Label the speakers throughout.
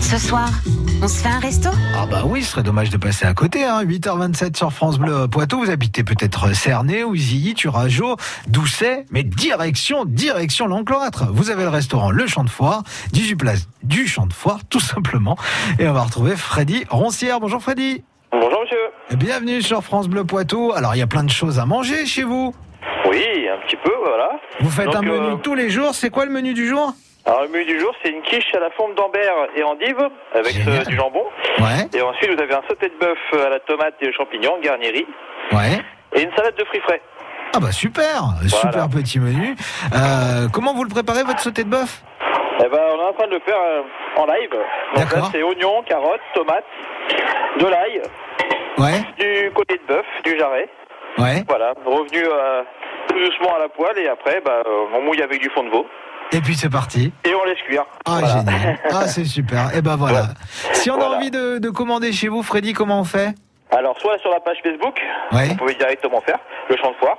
Speaker 1: Ce soir, on se fait un resto
Speaker 2: Ah bah oui, ce serait dommage de passer à côté. Hein. 8h27 sur France Bleu euh, Poitou. Vous habitez peut-être euh, Cernay, Ousilly, Turageau, Doucet, mais direction, direction l'Encloître. Vous avez le restaurant Le Champ de Foire, 18 places du Champ de Foire, tout simplement. Et on va retrouver Freddy Roncière. Bonjour Freddy.
Speaker 3: Bonjour monsieur.
Speaker 2: Bienvenue sur France Bleu Poitou. Alors il y a plein de choses à manger chez vous.
Speaker 3: Oui, un petit peu, voilà.
Speaker 2: Vous faites
Speaker 3: Donc,
Speaker 2: un menu
Speaker 3: euh,
Speaker 2: tous les jours. C'est quoi le menu du jour
Speaker 3: Alors le menu du jour, c'est une quiche à la forme d'ambert et endive avec euh,
Speaker 2: Génial.
Speaker 3: du jambon.
Speaker 2: Ouais,
Speaker 3: Et ensuite, vous avez un sauté de bœuf à la tomate et aux champignons, garnieri,
Speaker 2: ouais.
Speaker 3: et une salade de fruits frais.
Speaker 2: Ah bah super, super petit menu. Euh, comment vous le préparez votre sauté de bœuf
Speaker 3: Eh ben, on est en train de le faire euh, en live. Donc là,
Speaker 2: D'accord.
Speaker 3: c'est oignons, carottes, tomates, de l'ail,
Speaker 2: Ouais,
Speaker 3: du côté de bœuf, du jarret.
Speaker 2: ouais.
Speaker 3: Voilà, revenu euh, tout doucement à la poêle et après, bah, euh, on mouille avec du fond de veau
Speaker 2: Et puis c'est parti.
Speaker 3: et on laisse cuire.
Speaker 2: Ah
Speaker 3: Voilà.
Speaker 2: génial. Ah c'est super. Et ben voilà. Si on a
Speaker 3: Voilà.
Speaker 2: envie de, de commander chez vous, Freddy, comment on fait
Speaker 3: Alors, soit sur la page Facebook,
Speaker 2: Ouais.
Speaker 3: vous pouvez directement faire le champ de foire,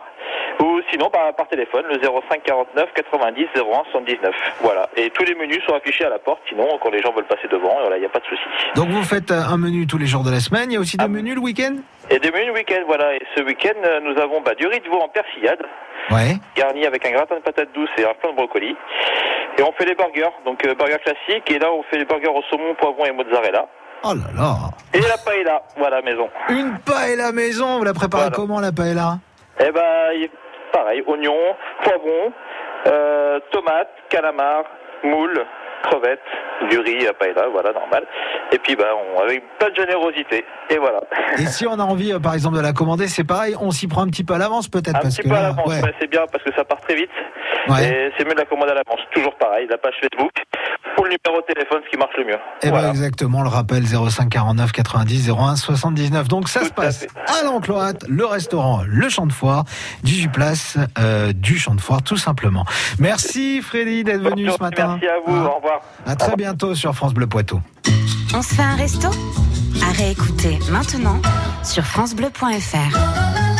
Speaker 3: ou sinon par, par téléphone, le 05 49 90 01 79. Voilà. Et tous les menus sont affichés à la porte, sinon, quand les gens veulent passer devant, voilà, il n'y a pas de souci.
Speaker 2: Donc vous faites euh, un menu tous les jours de la semaine. Il y a aussi des
Speaker 3: Ah.
Speaker 2: menus le week-end.
Speaker 3: Et des menus week-end, voilà. Et ce week-end, euh, nous avons bah, du riz de veau en persillade,
Speaker 2: Ouais.
Speaker 3: garni avec un gratin de patates douces et un plein de brocoli. Et on fait les burgers, donc euh, burgers classiques, et là, on fait les burgers au saumon, poivron et mozzarella.
Speaker 2: Oh là là.
Speaker 3: Et la paella, voilà, maison.
Speaker 2: Une paella maison. Vous la préparez
Speaker 3: Voilà.
Speaker 2: comment la paella
Speaker 3: Eh ben, y- pareil, oignons, poivrons, euh, tomates, calamars, moules, crevettes, du riz, la paella, voilà, normal. Et puis, bah, on, avec pas de générosité. Et voilà.
Speaker 2: Et si on a envie, euh, par exemple, de la commander, c'est pareil. On s'y prend un petit peu à l'avance peut-être
Speaker 3: Un
Speaker 2: parce
Speaker 3: petit
Speaker 2: que
Speaker 3: peu à
Speaker 2: là,
Speaker 3: l'avance,
Speaker 2: ouais.
Speaker 3: ouais, c'est bien parce que ça part très vite.
Speaker 2: Ouais.
Speaker 3: Et c'est mieux de la commander à l'avance. Toujours pareil, la page Facebook ou le numéro de téléphone, ce qui marche le mieux.
Speaker 2: Eh ben
Speaker 3: Voilà.
Speaker 2: exactement, le rappel 05 49 90 01 79. Donc ça
Speaker 3: Tout
Speaker 2: se
Speaker 3: à
Speaker 2: passe
Speaker 3: fait.
Speaker 2: à l'encloître, le restaurant, le champ de foire, 18 places euh, du champ de foire tout simplement. Merci Freddy d'être venu
Speaker 3: Bonjour,
Speaker 2: ce matin.
Speaker 3: Merci à vous, au revoir.
Speaker 2: Ah, à très bientôt sur France Bleu Poitou.
Speaker 1: On se fait un resto À réécouter maintenant sur FranceBleu.fr.